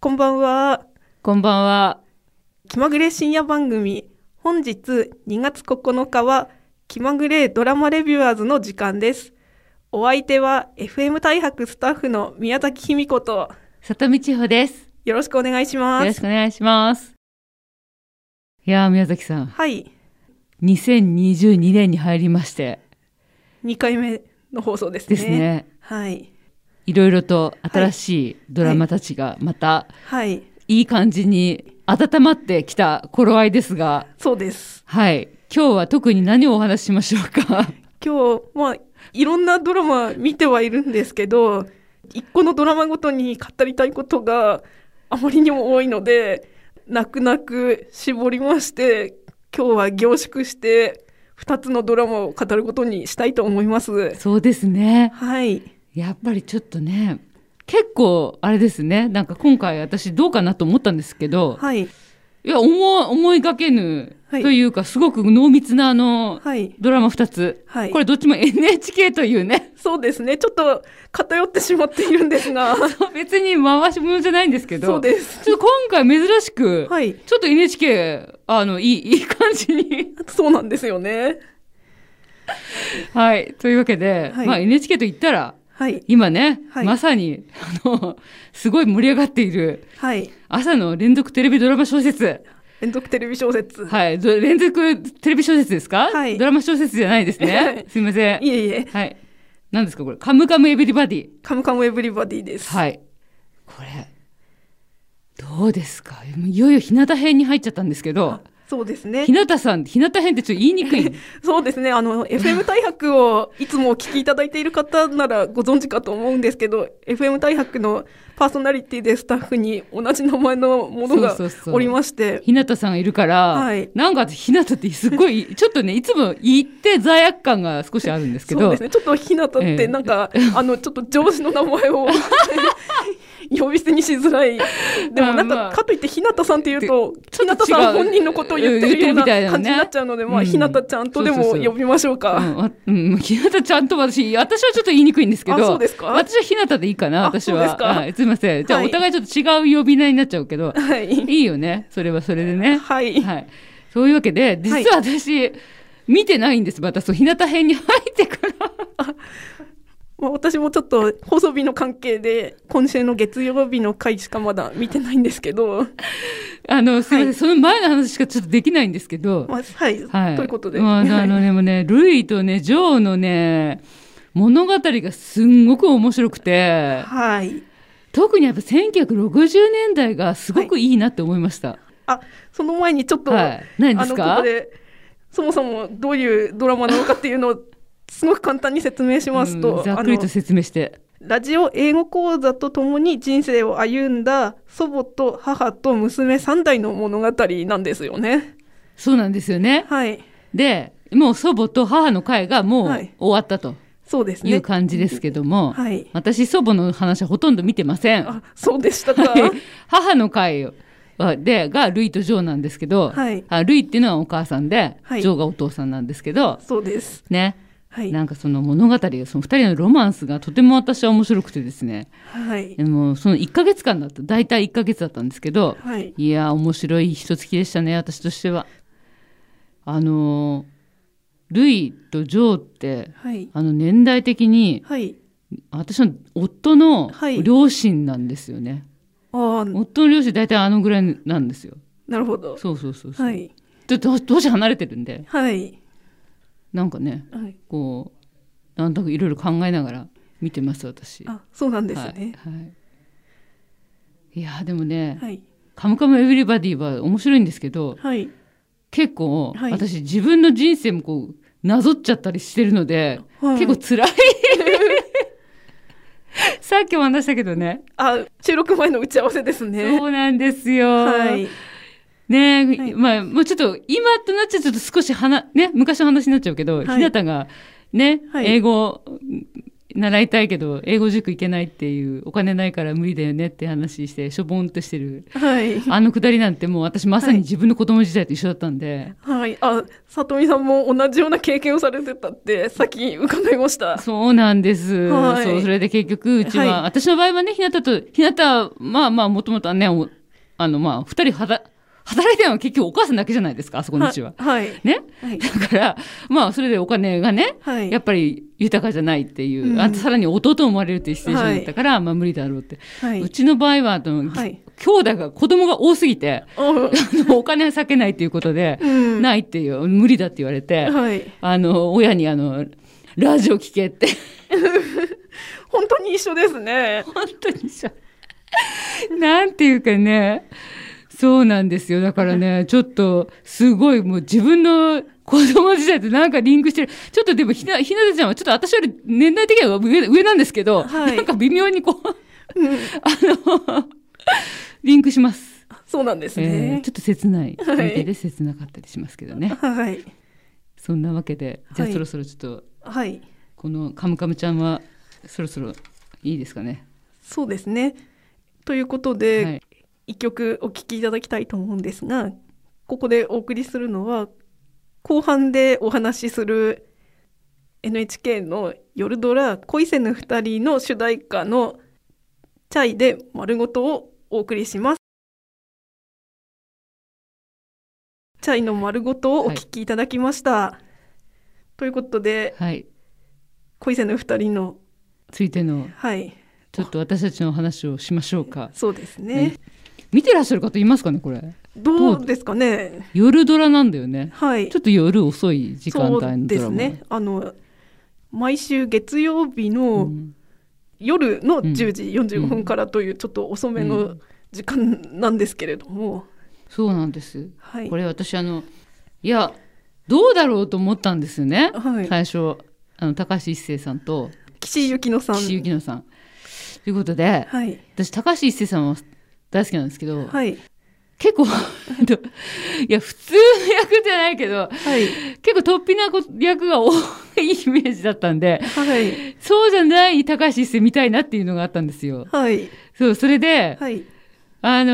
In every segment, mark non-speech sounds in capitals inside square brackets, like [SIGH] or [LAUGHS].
こんばんは。こんばんは。気まぐれ深夜番組。本日2月9日は気まぐれドラマレビュアーズの時間です。お相手は FM 大白スタッフの宮崎卑美子と里見千穂です。よろしくお願いしよまろしす。くお願いします。いやー、宮崎さん、はい。 2022年に入りまして2回目の放送ですね。ですね、はい。いろいろと新しいドラマたちがまたはい。いい感じに温まってきた頃合いですが、そうです。はい。今日は特に何をお話ししましょうか。今日、まあ、いろんなドラマ見てはいるんですけど、一個のドラマごとに語りたいことがあまりにも多いので、泣く泣く絞りまして、今日は凝縮して、二つのドラマを語ることにしたいと思います。 [LAUGHS] そうですね。はい。やっぱりちょっとね、結構あれですね。なんか今回私どうかなと思ったんですけど、はい。いや、思う、思いがけぬ、はいというか、すごく濃密なあの、はい。ドラマ二つ。はいこれどっちも [LAUGHS] NHK というね。そうですね。ちょっと偏ってしまっているんですが、別に回し物じゃないんですけど。そうです。ちょっと今回珍しく、はいちょっと NHK、あの、いい、 [LAUGHS] いい感じに。そうなんですよね。はい。というわけで、はいまあ NHK と言ったら、はい。今ね、はいまさに、あの、すごい盛り上がっている、はい。朝の連続テレビドラマ小説。連続テレビ小説。はい。ど連続テレビ小説ですかはいドラマ小説じゃないですはいね。すいません。いえいえ、はい。何ですかこれ。カムカムエブリバディ。カムカムエブリバディです。はい。これ、どうですかいよいよ日向編に入っちゃったんですけど、そうですね日。向さん、日向編ってちょっと言いにく [LAUGHS] い。そうですね。あの、FM 大白をいつもお聞きいただいている方ならご存知かと思うんですけど、FM 大白のパーソナリティでスタッフに同じ名前のものがそうそうそうおりまして、日向さんがいるから、はいなんか日向ってすっご [LAUGHS] い、ちょっとね、いつも言って罪悪感が少しあるんですけそうど、ですね。ちょっとひなたっえて、えなんか、 [LAUGHS] あの、ちょっと上司の名前を [LAUGHS] 呼び捨てにしづらい。でも、あなんまか、あかといってひなたさんって言うと、ちひょなっとた違うさん本人のことを言ってるような言ってるみたいなね感じになっちゃうので、まあ、うんひなたちゃんとでそうもそうそう呼びましょううか。んわうん、日向ちゃんと私、私はちょっと言いにくいんですけど、あそうですか私は日向でいいかあな、私そうは。ですかはい、すいません。じゃあ、はいお互いちょっと違う呼び名になっちゃうけど、はい。いいよね。それはそれでね。はいはい。そういうわけで、実は私、見てないんです。また、そう、日向編に入ってから。まあ、私もちょっと放送日の関係で今週の月曜日の回しかまだ見てないんですけど、あの、すいません、はいその前の話しかちょっとできないんですけど。まあ、はい、はい。ということで、まあ、あのはいね、もうね、ルイとね、ジョーのね、物語がすんごく面白くて、はい特にやっぱ1960年代がすごくいいなって思いました。あその前にちょっと、はい何ですかあのここでそもそもどういうドラマなのかっていうのをすごく簡単に説明しますうとん、ざっあくりのと説明して。ラジオ英語講座とともに人生を歩んだ祖母と母と娘3代の物語なんですよね。そうなんですよね。はいで、もう祖母と母の会がもうはい終わったと。そうですいうね。感じですけども、はい私祖母の話はほとんど見てません。あそうでしたか。はい [LAUGHS] 母の会はでがルイとジョーなんですけど、はいあルイっていうのはお母さんで、はいジョーがお父さんなんですけどそうです。ね、はい。なんかその物語その二人のロマンスがとても私は面白くてですねはい。でもその1ヶ月間だった大体1ヶ月だったんですけど、はい。いやー面白い一月でしたね私としては。あのールイとジョーってはい。あの年代的にはい。私の夫のはい両親なんですよね、ああ、夫の両親大体あのぐらいなんですよなるほど。そうそうそうそう、はい。でど年離れてるんではい。なんかねはい。こうなんとなくいろいろ考えながら見てます私あ、そうなんですね。はい、はい、いやーでもね、はい。カムカムエヴリバディ」は面白いんですけどはい。結構、はい私自分の人生もこうなぞっちゃったりしてるので、はい結 [LAUGHS] 構辛いさっきも話したけどねあ、収録前の打ち合わせですね。そうなんですよ。はい。ねえ、はいまあ、もうちょっと、今となっちゃちょっと少し話、ね、昔の話になっちゃうけど、いひなたが、ね、はい英語、習いたいけど英語塾行けないっていうお金ないから無理だよねって話してしょぼんとしてるはい。あのくだりなんてもう私まさに自分の子供時代と一緒だったんで、はい。あ、さとみさんも同じような経験をされてたって、さっき伺いました。そうなんです、はいそうそれで結局うちは、はい私の場合はねひなたとひなたはまあまあもともとはねおあのまあ二人はだ働いてるのは結局お母さんだけじゃないですかあそこのうちは。はい。ね、はい。だからまあそれでお金がねはい。やっぱり豊かじゃないっていうう、んあとさらに弟も生まれるっていうシチュエーションだったから、まあ無理だろうって、はうい。ちの場合はあの、はい。兄弟が子供が多すぎてああのお金は避けないということで、うん。ないっていう無理だって言われて、はい。あの親にあのラジオ聞けって本当に一緒ですね。本当にさなんていうかねそうなんですよだから [LAUGHS] ねちょっとすごいもう自分の子供時代となんかリンクしてるちょっとでもひなひなたちゃんはちょっと私より年代的には上上なんですけど、はいなんか微妙にこううん。あのリンクします、そうなんですえーねちょ。っと切ないはい関係で切なかったりしますけどね、はい。そんなわけでじゃあはいそろそろちょっとはい。この「カムカムちゃん」はそろそろいいですかね。そうですね。ということで、はい一曲お聴きいただきたいと思うんですがここでお送りするのは後半でお話しする NHK の夜ドラ「恋せぬ二人」の主題歌の「チャイで丸ごと」をお送りします。チャイの丸ごとをお聴きいただきました。ということではい、恋せぬ二人のついてのはいちょっと私たちの話をしましょうか。そうですね。見てらっしゃる方いますかねこれどうですかね。夜ドラなんだよねはいちょっと夜遅い時間帯のドラマそうですねあの毎週月曜日うのん夜のうん10時45分からというちょっと遅めうのん時間なんですけれども、そうなんですはいこれ私あのいやどうだろうと思ったんですよね、はい最初あの高橋一生さんと岸由紀乃さん岸由紀乃さんということではい私高橋一生さんは大好きなんですけど、はい結構 [LAUGHS] あのいや普通の役じゃないけどはい結構突飛なこ役が多いイメージだったんではいそうじゃない高橋一生見たいなっていうのがあったんですよ。はいそう、それで、はいあの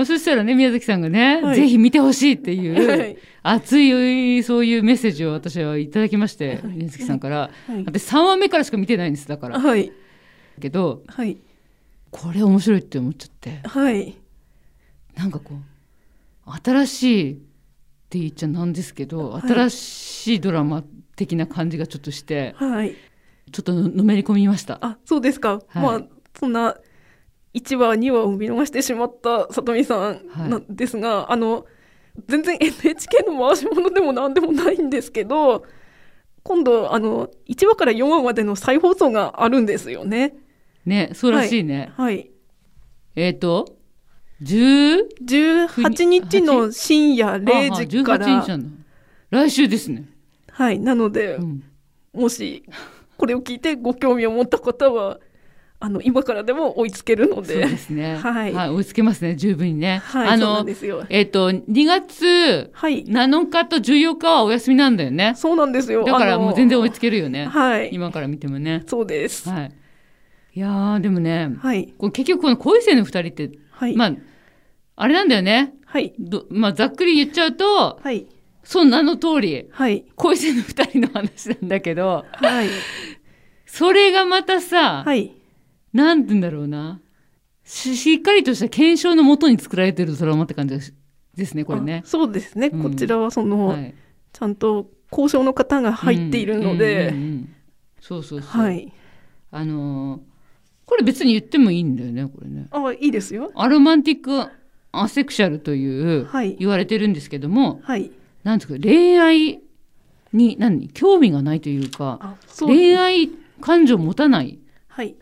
ーそしたらね、宮崎さんがね、はいぜひ見てほしいっていう、はい熱い、そういうメッセージを私はいただきまして、宮崎さんから。はい私3話目からしか見てないんです、だから。はいけど、はいこれ面白いって思っちゃって、はいなんかこう、新しいって言っちゃなんですけど、はい新しいドラマ的な感じがちょっとして、はいちょっとののめり込みました。あそうですか、はいまあそんな1話2話を見逃してしまった里見さんはいなんですが、あの全然 [LAUGHS] NHK の回し物でも何でもないんですけど今度あの1話から4話までの再放送があるんですよね。ね、そうらしいね。はい、えっ、と、10? 18日の深夜0時かああ18ら日なの来週ですね、はい、なので、うんもしこれを聞いてご興味を持った方はあの今からでも追いつけるのそうでですねはい追いつけますね十分にね、はいそうあなんのですよ。えっ、と2月はい7日と14日はお休みなんだよねそうなんですよ。だからもう全然追いつけるよけね、はい。今から見てもねそうです。はいいやーでもね、はい。こう結局この恋生の2人って、はい。まああれなんだよねはい。ど、まあ、ざっくり言っちゃうとはい。その名の通りはい。恋生の2人の話なんだけどはい。それがまたさ、はい。なんて言うんだろうな。ししっかりとした検証のもとに作られてるドラマって感じがしですね、これねあ。そうですね。うんこちらはその、はいちゃんと交渉の方が入っているので、うんうんうんうんそうそうそう。はい。あのーこれ別に言ってもいいんだよね、これね。あ、いいですよ。アロマンティック・アセクシャルという、はい言われてるんですけども、はい。なんですか、恋愛に、何、興味がないというか、あ、そう。恋愛感情を持たない。はい。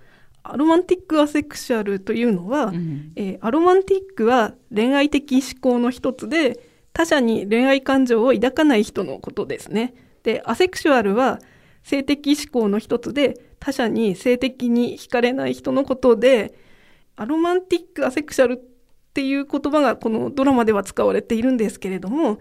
アロマンティック・アセクシャルというのは、うんえーアロマンティックは恋愛的思考の一つで他者に恋愛感情を抱かない人のことですね。でアセクシュアルは性的思考の一つで他者に性的に惹かれない人のことでアロマンティックアセクシャルっていう言葉がこのドラマでは使われているんですけれども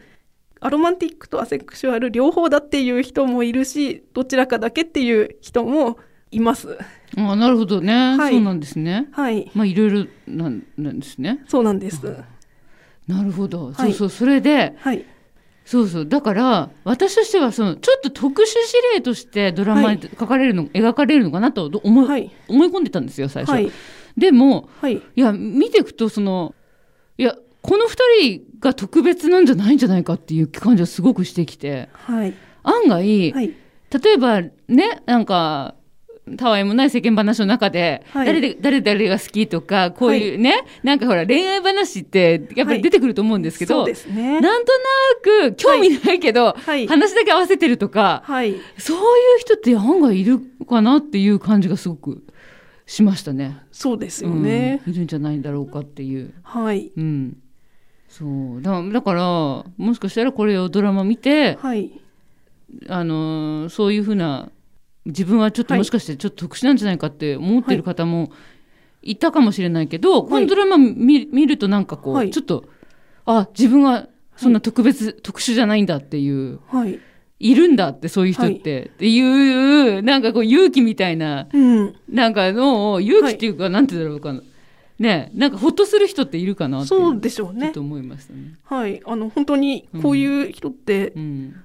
アロマンティックとアセクシュアル両方だっていう人もいるしどちらかだけっていう人もいます。あなるほどね、はいそうなんですねはい、まあいろいろなんなんですねそうなんです。なるほはど、いそうそうそれではい、そうそうだから私としてはそのちょっと特殊事例としてドラマはにい書かれるの、描かれるのかなと思い,、はい、思い込んでたんですよ最初、はい、でもはい、いや見ていくとそのいやこの二人が特別なんじゃないんじゃないかっていう感じはすごくしてきてはい、案外、はい、例えばねなんかたわいもない世間話の中で、はい誰で誰誰が好きとかこういうね、なんかほら恋愛話ってやっぱり出てくると思うんですけど、そうですね。なんとなく興味ないけど、はい、話だけ合わせてるとか、はい、そういう人って案外いるかなっていう感じがすごくしましたね。そうですよね。うんいるんじゃないんだろうかっていう。はい、うん、そうだだからもしかしたらこれをドラマ見て、はい、あのーそういうふうな自分はちょっとはいもしかしてちょっと特殊なんじゃないかって思ってる方もいたかもしれないけど、このドラマ見見るとなんかこう、はいちょっとあ自分はそんな特別、特殊じゃないんだっていうはい、いるんだってそういう人って、っていうなんかこう勇気みたいなうん、なんかのを勇気っていうか、なんて言うんだろうかねなんかほっとする人っているかなっていうそうでしょうちょっねと。思いましたね。はい、あの本当にこういう人ってうん、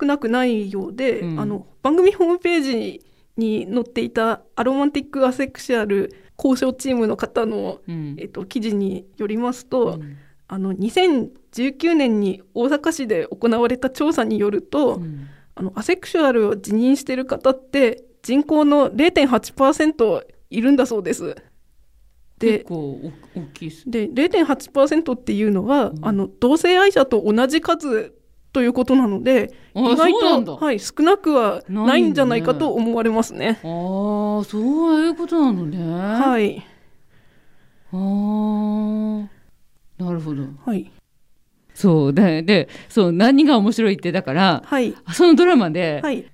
少なくないようで、うんあの番組ホームページに載っていたアロマンティックアセクシュアル交渉チームの方の、うんえっと、記事によりますうと、んあの2019年に大阪市で行われた調査によると、うんあのアセクシュアルを辞任している方って人口の0.8%いるんだそうです。で結構お大きいですね。で0.8%っていうのは、うんあの同性愛者と同じ数ということなのであ意そうなん外だと、はい、少なくはないんじゃないかないんだねと思われますね。ああ、そういうことなのね。い。はい、ああ、なるほど。はい、そうで、で、そう、何が面白いって、だから、はい、そのドラマで、はい、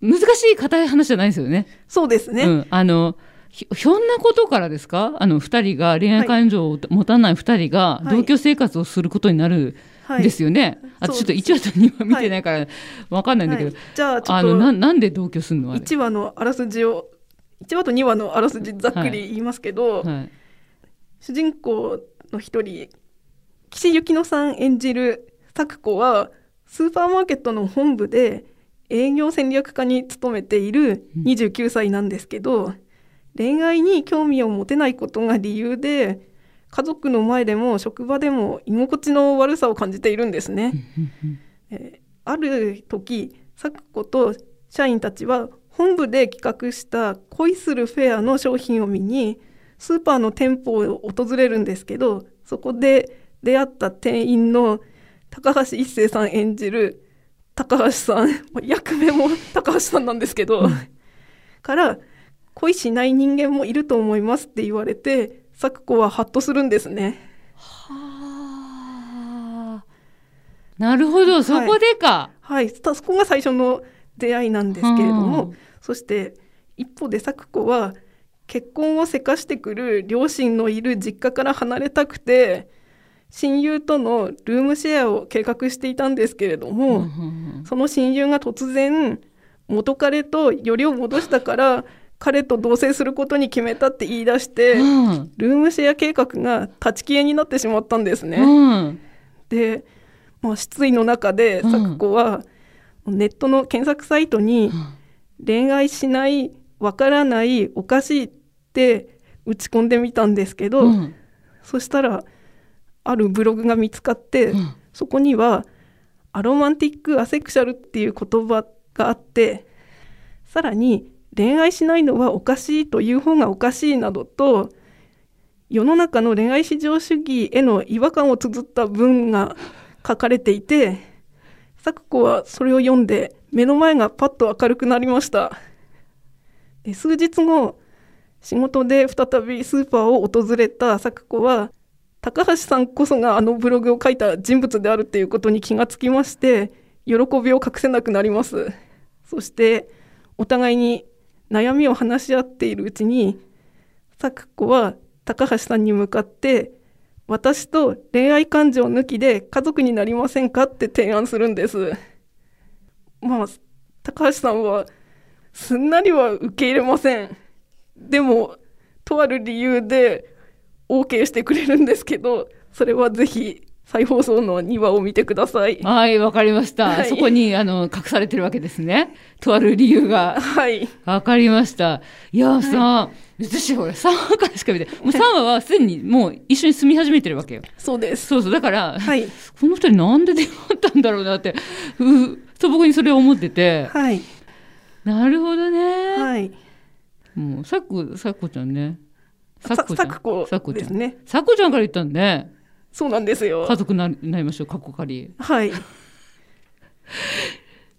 難しい硬い話じゃないですよね。そうですね。うん。あの、ひひょんなことからですかあの、二人が、恋愛感情を持たない二人がは、い同居生活をすることになるはんい、ですよね。あとちょっと1話と2話見てないから、わかんないんだけど、はいじゃあちょっあの、とななんで同居するのあれ。 1話のあらすじを1話と2話のあらすじざっくり言いますけど、はい。主人公の一人岸由紀乃さん演じる咲子はスーパーマーケットの本部で営業戦略課に勤めているうん29歳なんですけど、恋愛に興味を持てないことが理由で家族の前でも職場でも居心地の悪さを感じているんですね。えーある時咲子と社員たちは本部で企画した恋するフェアの商品を見にスーパーの店舗を訪れるんですけどそこで出会った店員の高橋一生さん演じる高橋さん役名も高橋さんなんですけどから恋しない人間もいると思いますって言われて咲子はハッとするんですね。はあなるほど、そこでか。はい、そそこが最初の出会いなんですけれどはもあそして一方で咲子は結婚をせかしてくる両親のいる実家から離れたくて親友とのルームシェアを計画していたんですけれどうんも、うんその親友が突然元彼とよりを戻したから彼と同棲することに決めたって言い出してうんルームシェア計画が立ち消えになってしまったんですね。うんで、まあ、失意の中でうん咲子はネットの検索サイトに「恋愛しないわからないおかしい」って打ち込んでみたんですけど、うんそしたらあるブログが見つかって、うんそこには「アロマンティック・アセクシャル」っていう言葉があってさらに「恋愛しないのはおかしい」という方がおかしいなどと世の中の恋愛至上主義への違和感を綴った文が書かれていて咲子はそれを読んで目の前がパッと明るくなりました。で数日後仕事で再びスーパーを訪れた咲子は高橋さんこそがあのブログを書いた人物であるっていうことに気がつきまして喜びを隠せなくなりますそしてお互いに悩みを話し合っているうちに咲子は高橋さんに向かって私と恋愛感情抜きで家族になりませんかって提案するんですまあ高橋さんはすんなりは受け入れません。でも、とある理由で OK してくれるんですけど、それはぜひ再放送の2話を見てください。はい、わかりました。はいそこに、あの、隠されてるわけですね。とある理由が。はい。わかりました。いやーさ、私ほら、3話からしか見てない。もう3話はすでにもう一緒に住み始めてるわけよ。そうです。そうそう、だから、はい。この二人なんで出会ったんだろうなって、う素朴にそれを思ってて。はい。なるほどね。はい。もう、さっこ、さっこちゃんね。さっこちゃんさっこさっこちでゃすん。ね。さっこちゃんから言ったんで、そうなんですよ家。族になりなりましょう、かっこかり。はい。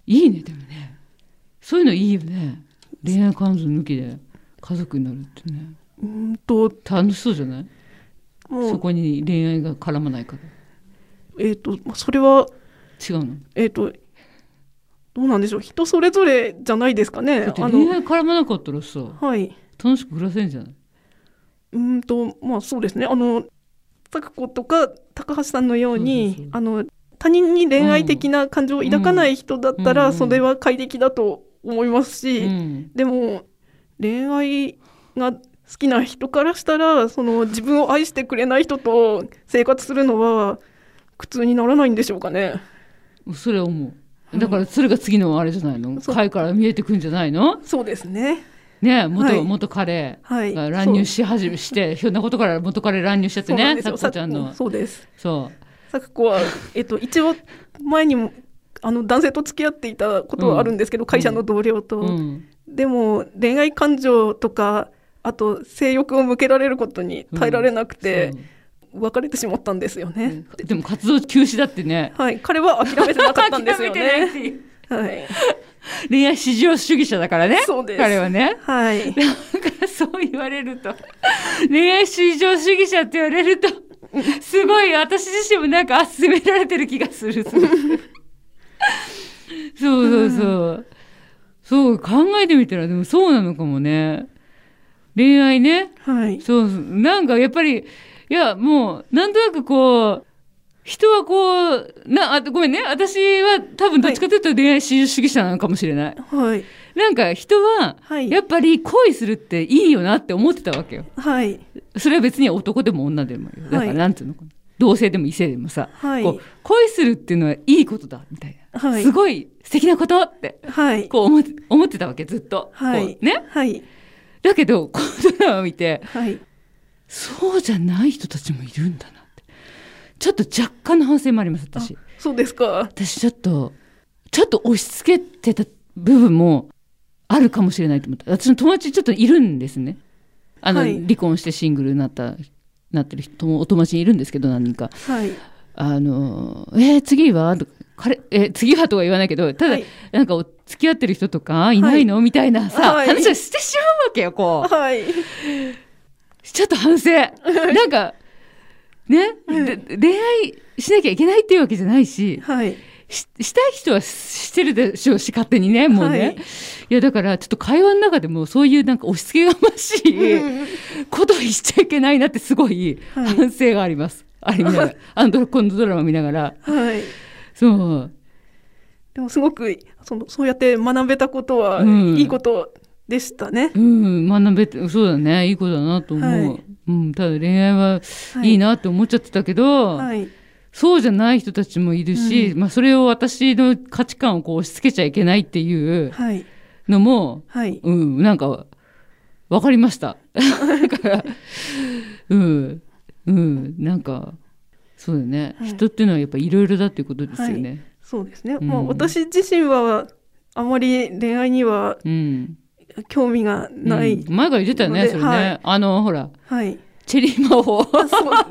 いいね、でもね。そういうのいいよね。恋愛感情抜きで家族になるってね。うーんと、楽しそうじゃないも、そうこに恋愛が絡まないから。えっ、と、まあそれは、違うのえっ、と、どうなんでしょう。人それぞれじゃないですかねだっ。てあ恋の、愛絡まなかったらさ、はい。楽しく暮らせんじゃないうーんとまあそうですねあの咲子とか高橋さんのようにそうそうそうあの他人に恋愛的な感情を抱かない人だったうんら、うんそれは快適だと思いますし、うん。でも恋愛が好きな人からしたらその自分を愛してくれない人と生活するのは苦痛にならないんでしょうかね。それは思う。だからそれが次のあれじゃないのそう彼から見えてくんじゃないのそうですね。ね元、はい元彼はい。が乱入し始め [LAUGHS] して、ひょんなことから元彼乱入しちゃっそてうなんでね、すさっよこちゃんの。そうです。そ咲子は、えっと、一応前にもあの男性と付き合っていたことはあるんですけど、会社の同僚と、う。うん。でも恋愛感情とかあと性欲を向けられることに耐えられなくて、別れてしまったんですよそうね、ででも活動休止だっ [LAUGHS] てね。はい彼は諦めてなかったんですよ [LAUGHS] 諦めてないねっていうはい恋愛至上主義者だからね。そうです彼はね。はいだからそう言われると、 [LAUGHS] 恋愛至上主義者って言われると、すごい私自身もなんか、あ、責められてる気がする。す [LAUGHS] ごくそうそうそう。そう、考えてみたら、でもそうなのかもね。恋愛ね。はいそうそう、なんかやっぱり、いや、もう、なんとなくこう、人はこう、な、あごめんね。私は多分どっちかというと恋愛至上主義者なのかもしれない。はいなんか人は、はいやっぱり恋するっていいよなって思ってたわけよ。はいそれは別に男でも女でもよ。だかはらいなんていうのかな。同性でも異性でもさ、はいこう恋するっていうのはいいことだみたいな、はいすごい素敵なことってはいこう思って思ってたわけずっと、はいこうねはいだけどこのドラマを見てはいそうじゃない人たちもいるんだなってちょっと若干の反省もあります私そうですか私ちょっとちょっと押し付けてた部分もあるかもしれないと思った私の友達ちょっといるんですねあの、はい離婚してシングルになったなってる人もお友達にいるんですけど何人かはいあの「えー次は?」とか彼えー次はとは言わないけどただ、はいなんかお付き合ってる人とかいないの、みたいなさ、はい話をしてしまうわけよこうはいちょっと反省なんかね、で恋愛しなきゃいけないっていうわけじゃないし、はいししたい人はしてるでしょうし勝手にねもうね、はいい、やだからちょっと会話の中でもそういうなんか押し付けがましうんいことをしちゃいけないなってすごいはい反省があります、あれ見ながらあのドラ今度ドラマ見ながらはいそうでもすごくそのそうやって学べたことはうんいいことでしたね。うん学べてそうだねいいことだなと思う、はいうん、ただ恋愛ははいいいなって思っちゃってたけど、はい、そうじゃない人たちもいるし、まあ、それを私の価値観をこう押し付けちゃいけないっていうはい、のもはい、うん、なんか、わかりました。 [LAUGHS] だから、うん、うん、なんか、そうだよね。はい人っていうのはやっぱいろいろだっていうことですよね。そうですね。うんまあ私自身はあまり恋愛にはうん。興味がない。うん前から言ってたよね、のでそれね。はいあの、ほら、 [LAUGHS] はい、チェリー [LAUGHS] 魔法。そう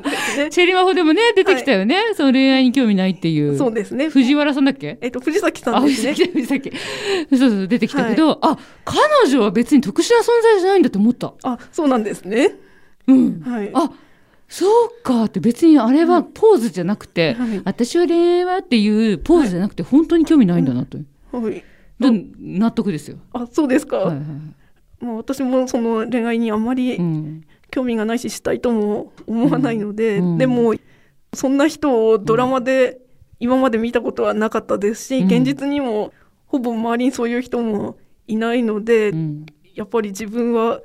ですね。チェリー魔法でもね、出てきたよね。その恋愛に興味ないっていう。そうですね。藤原さんだっけえっと藤崎さあ、んで藤すね。崎だ、藤崎。そうそう、出てきたけど、あ、彼女は別に特殊な存在じゃないんだと思った。あ、そうなんですね。うん。はい、あそうかって別にあれはポーズじゃなくて、はい私は恋愛はっていうポーズじゃなくて本当に興味ないんだなと、はい、で納得ですよ。あ、そうですか。はいはいまあ私もその恋愛にあまりうん、興味がないししたいとも思わないので、うんうんでもそんな人をドラマで今まで見たことはなかったですし、うん現実にもほぼ周りにそういう人もいないので、うんやっぱり自分は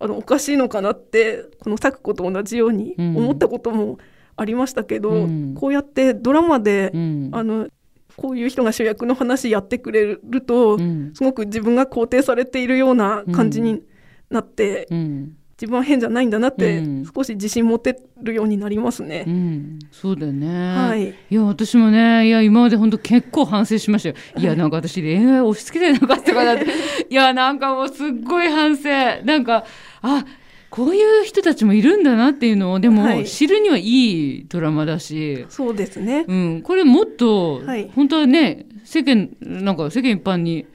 あのおかしいのかなってこの咲子と同じように思ったこともありましたけど、うんこうやってドラマで、うんあのこういう人が主役の話やってくれると、うんすごく自分が肯定されているような感じになって、うん自分は変じゃないんだなって、うん少し自信持てるようになりますうね。ん、そうだね、はい、いや私もねいや今まで本当結構反省しましたよいやなんか私恋愛押し付けてなかった [LAUGHS] かなっていやなんかもうすっごい反省なんかあこういう人たちもいるんだなっていうのをでも、はい知るにはいいドラマだし、そうですね。うん、これもっと、はい本当はね世間なんか世間一般に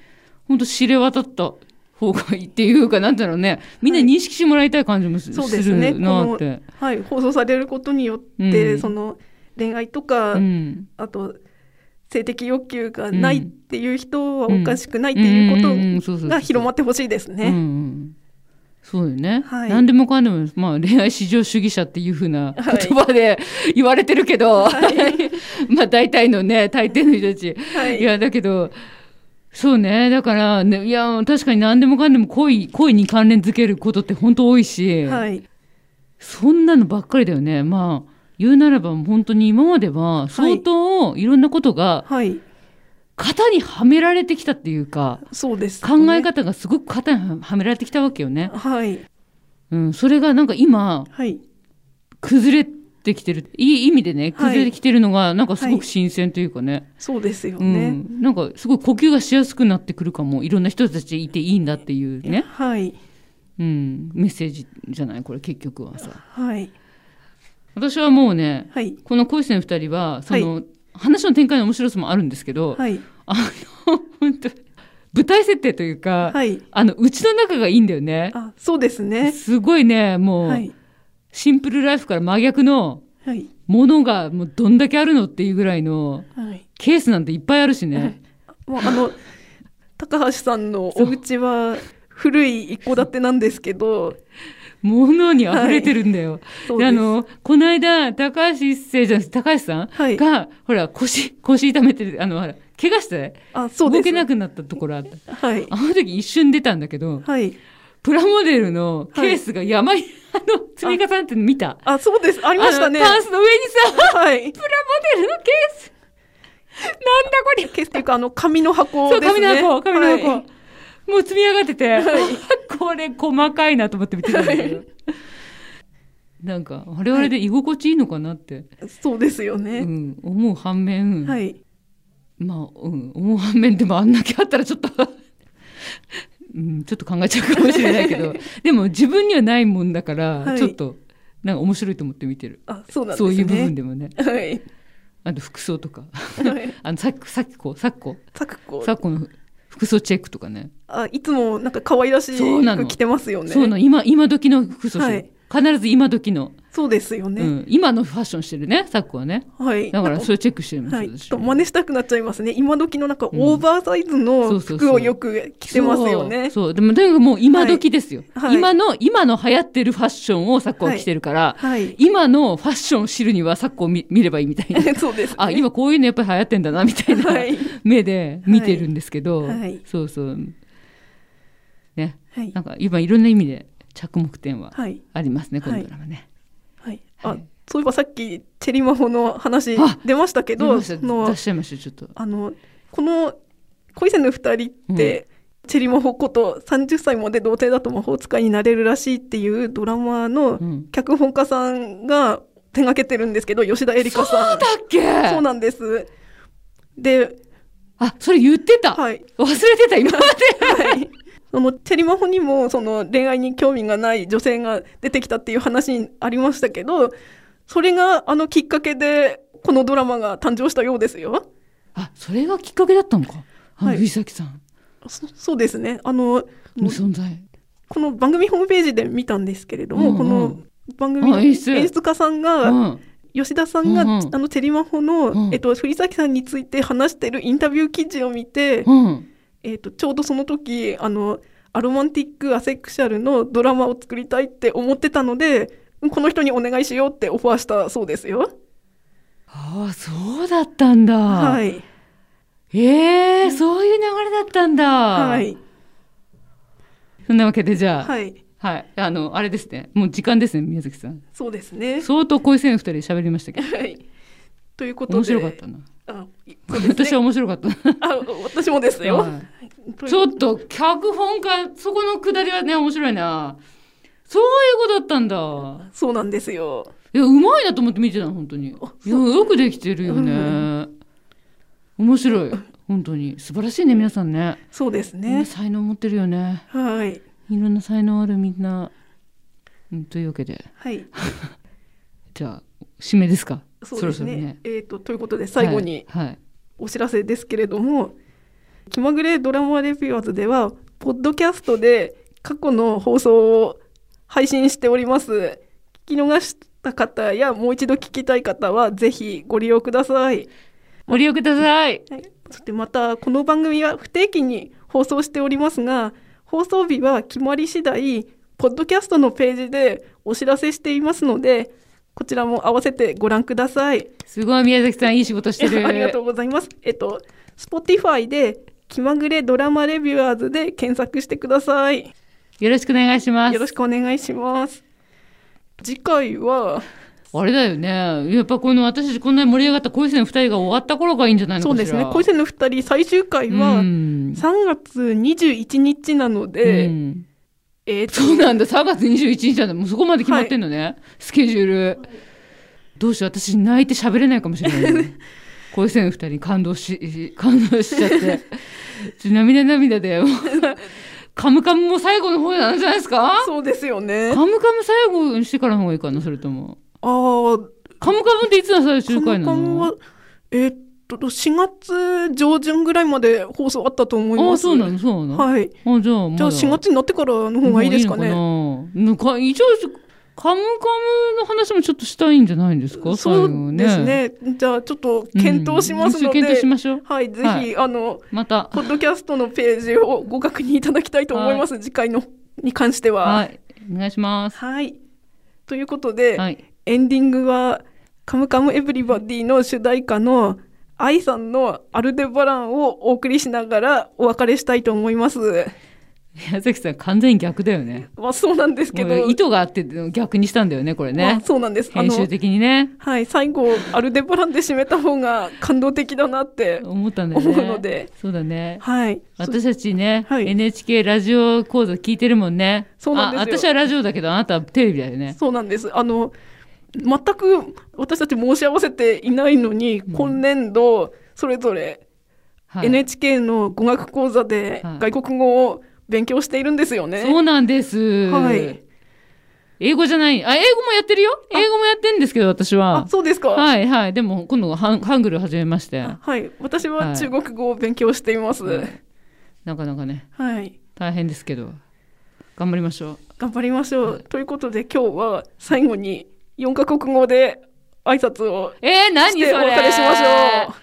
本当知れ渡った方がいいっていうかなんだろうねみんな認識してもらいたい感じもす,、そうですねるなって。はい、放送されることによって、うんその恋愛とか、うんあと性的欲求がないっていう人はうんおかしくないっていうことが広まっってほしいですうんうね。んそうよね、はい何でもかんでも、まあ、恋愛至上主義者っていうふうな言はい葉で言われてるけど、はい、 [LAUGHS] まあ大体のね大抵の人たち、はいいやだけどそうねだから、ね、いや確かに何でもかんでも恋恋に関連づけることって本当多いし、はい、そんなのばっかりだよねまあ言うならば本当に今までは相当いろんなことがはい、型にはめられてきたっていうかそうです、考え。方がすごく型にはめられてきたわけよね。はい、うん、それがなんか今はい、崩れてきてるいい意味でねはい崩れてきてるのがなんかすごく新鮮というかね。そうですようね。ん、なんかすごい呼吸がしやすくなってくるかもいろんな人たちいていいんだっていうね、はい、うん、メッセージじゃないこれ結局はさはい、私はもうねはい、この恋戦二人はその、話の展開の面白さもあるんですけど、はい、あの本当舞台設定というか、はい、あのうちの中がいいんだよねあ、そうですね。すごいねもう、はい、シンプルライフから真逆のはい、ものがもうどんだけあるのっていうぐらいのはい。ケースなんていっぱいあるしね。 [LAUGHS] もうあの高橋さんのお家は古い一戸建てなんですけど、物に溢れてるんだよ。そうでですあの、この間、高橋一生じゃなくて、高橋さん、はいが、ほら、腰、 [LAUGHS] 腰痛めてる、あの、ほら、怪我して、あ、そうです。動けなくなったところあった。はい、あの時一瞬出たんだけど、はい。プラモデルのケースが山に、あの、積み重なってるの見た。あ、そうです。ありましたねあ。のタンスの上にさ、はい。プラモデルのケース。なんだこれ。ケースっていうか、あの、紙の箱そう、ですね。紙の箱、紙の箱。はいもう積み上がってて、 [LAUGHS] これ細かいなと思って見てたんだけど。はなんか、我々で居心地いいのかなって、そうですようね。ん、思う反面、はい。まあ、うん、思う反面でもあんだけあったらちょっと、 [LAUGHS] うん、ちょっと考えちゃうかもしれない [LAUGHS] けど、でも自分にはないもんだから、はいちょっと、なんか面白いと思って見てる。あ、そうなんですそね。ういう部分でもね。はい。あと服装とか。 [LAUGHS] はい。あの、さっき、さっきこう、さっこ、咲子。さっこの服装チェックとかね。あ、いつもなんか可愛らしいそうなの服着てますよね。そうなの今今時の服装してる、必ず今時の、そうですようね。ん、今のファッションしてるね昨今はねはい。だなからんそれチェックしてるんですはい。私ちょっと真似したくなっちゃいますね。今時のなんかオーバーサイズそのうそうそう服をよく着てますよね。そうそうでもとにかくもう今時ですよ、はいはい今の今の流行ってるファッションを昨今は着てるから、はい。今のファッションを知るには昨今を見見ればいいみたい [LAUGHS] なそうです。 [LAUGHS] あ今こういうのやっぱり流行ってんだなみたいな、はい目で見てるんですけど、はいはいそうそうねはいな。んか今いろんな意味で着目点ははい。ありますね、こはのいドラマね。はい。あはい、そういえばさっき、チェリマホの話出ましたけ見ど、ましたその出しちゃいましたちょっとあのこの恋戦の二人って、チェリモホこと30歳まで童貞だと魔法使いになれるらしいっていうドラマのうん脚本家さんが手がけてるんですけど吉田絵里香さんだっけそうなんですで、あ、それ言ってた、はい忘れてた、今まで。はい、そのチェリマホにもその恋愛に興味がない女性が出てきたっていう話ありましたけどそれがあのきっかけでこのドラマが誕生したようですよ。あ、それがきっかけだったのか。あの、はい藤崎さんそそうですねあのの存在。この番組ホームページで見たんですけれども、うんうんこの番組のあ演演出出家さんが、うん。吉田さんが、うんうんあのチェリマホの、うんえっと、藤崎さんについて話してるインタビュー記事を見て、うん。えっと、ちょうどその時あのアロマンティック・アセクシャルのドラマを作りたいって思ってたのでこの人にお願いしようってオファーしたそうですよ。ああ、そうだったんだ。は。い、ええそういう流れだったんだ。は。い、そんなわけで、じゃあ、はい。はい、あの、あれですね。もう時間ですね、宮崎さん。そうですね。相当恋せん二人で喋りましたけど。はい。ということで。面白かったな。あ、いそうですね私は面白かったな。あ、私もですよ。はいちょっと、脚本家、そこのくだりはね、面白いな。そういうことだったんだ。そうなんですよ。いや、うまいなと思って見てたの、本当に。いや、よくできてるよね。面白い。本当に。素晴らしいね、皆さんね。そうですみんなね。才能持ってるよね。はい。いろんな才能あるみんな。うん、というわけで。はい。じゃあ、締めですか。そうですろそろねね。。えっと、ということで最後にはい。はいお知らせですけれども、気まぐれドラマレビューアーズでは、ポッドキャストで過去の放送を配信しております。聞き逃した方や、もう一度聞きたい方は、ぜひご利用ください。ご利用ください。はい、そしてまたこの番組は不定期に放送しておりますが放送日は決まり次第ポッドキャストのページでお知らせしていますのでこちらも合わせてご覧ください。すごい、宮崎さん、いい仕事して [LAUGHS] る。ありがとうございます。えっと Spotify で気まぐれドラマレビュアーズで検索してください。よろしくお願いします。よろしくお願いします。次回はあれだよね。やっぱこの私たちこんなに盛り上がった恋戦二人が終わった頃がいいんじゃないのそうかしでら。すね。恋せの二人最終回はうん3月21日なので、うんえっとそうなんだ。3月21日なんだ。もうそこまで決まってんのね。スケジュール。どうしよう。私泣いて喋れないかもしれな [LAUGHS] いね。恋戦二人に感動し、感動しちゃって。ちょ涙涙 [LAUGHS] で。もうカムカムも最後の方なんじゃないですかそうですよね。カムカム最後にしてからの方がいいかなそれとも。ああ、カムカムっていつの最終カ回ムなのカムは、えーっと、4月上旬ぐらいまで放送あったと思いあまあ、す。そうなのそうなの、はい。あじゃあ、まだじゃあ4月になってからの方がいいですかね。もういいのかななんか一応、カムカムの話もちょっとしたいんじゃないんですかそうです。ね。じゃあちょっと検討しますのうん一緒に検討で、しましょう。はい、ぜひ、はいあの、また。ポッドキャストのページをご確認いただきたいと思います。次回のに関しては。ははい。い。お願いします。ということで、はい。エンディングは、カムカムエブリバディの主題歌の、愛さんのアルデバランをお送りしながらお別れしたいと思います。宮崎さん、完全に逆だよね。まあそうなんです [LAUGHS] けど、もう意図があって逆にしたんだよね、これまあね。そうなんです。あ編集の、的にね。はい、最後、アルデバランで締めた方が感動的だなって。思ったんだよね。思うのでそうだね。はい。私たちね、はい NHK ラジオ講座聞いてるもんね。そうなんですよあ私はラジオだけど、あなたはテレビだよね。そうなんです。あの、全く私たち申し合わせていないのに、今年度、それぞれはい NHK の語学講座ではい外国語を勉強しているんですよね。そうなんです。はい英語じゃない。あ、英語もやってるよ。英語もやってるんですけど、私あは、。そうですか。はいはい。でも、今度はハンハングル始めまして。あはい。私ははい中国語を勉強しています。ははいなかなかね、い。大変ですけど、頑張りましょう。頑張りましょう。ということで今日は最後に4カ国語で挨拶をえー、何してそれお別れしましょう。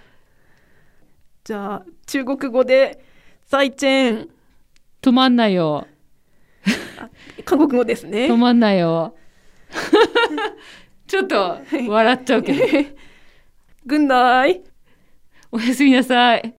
じゃあ中国語で再チェーン、止まんないよ。韓国語ですね止。まんないよ。 [LAUGHS] ちょっと、笑っちゃうけど。 [LAUGHS] グンナイ。おやすみなさい。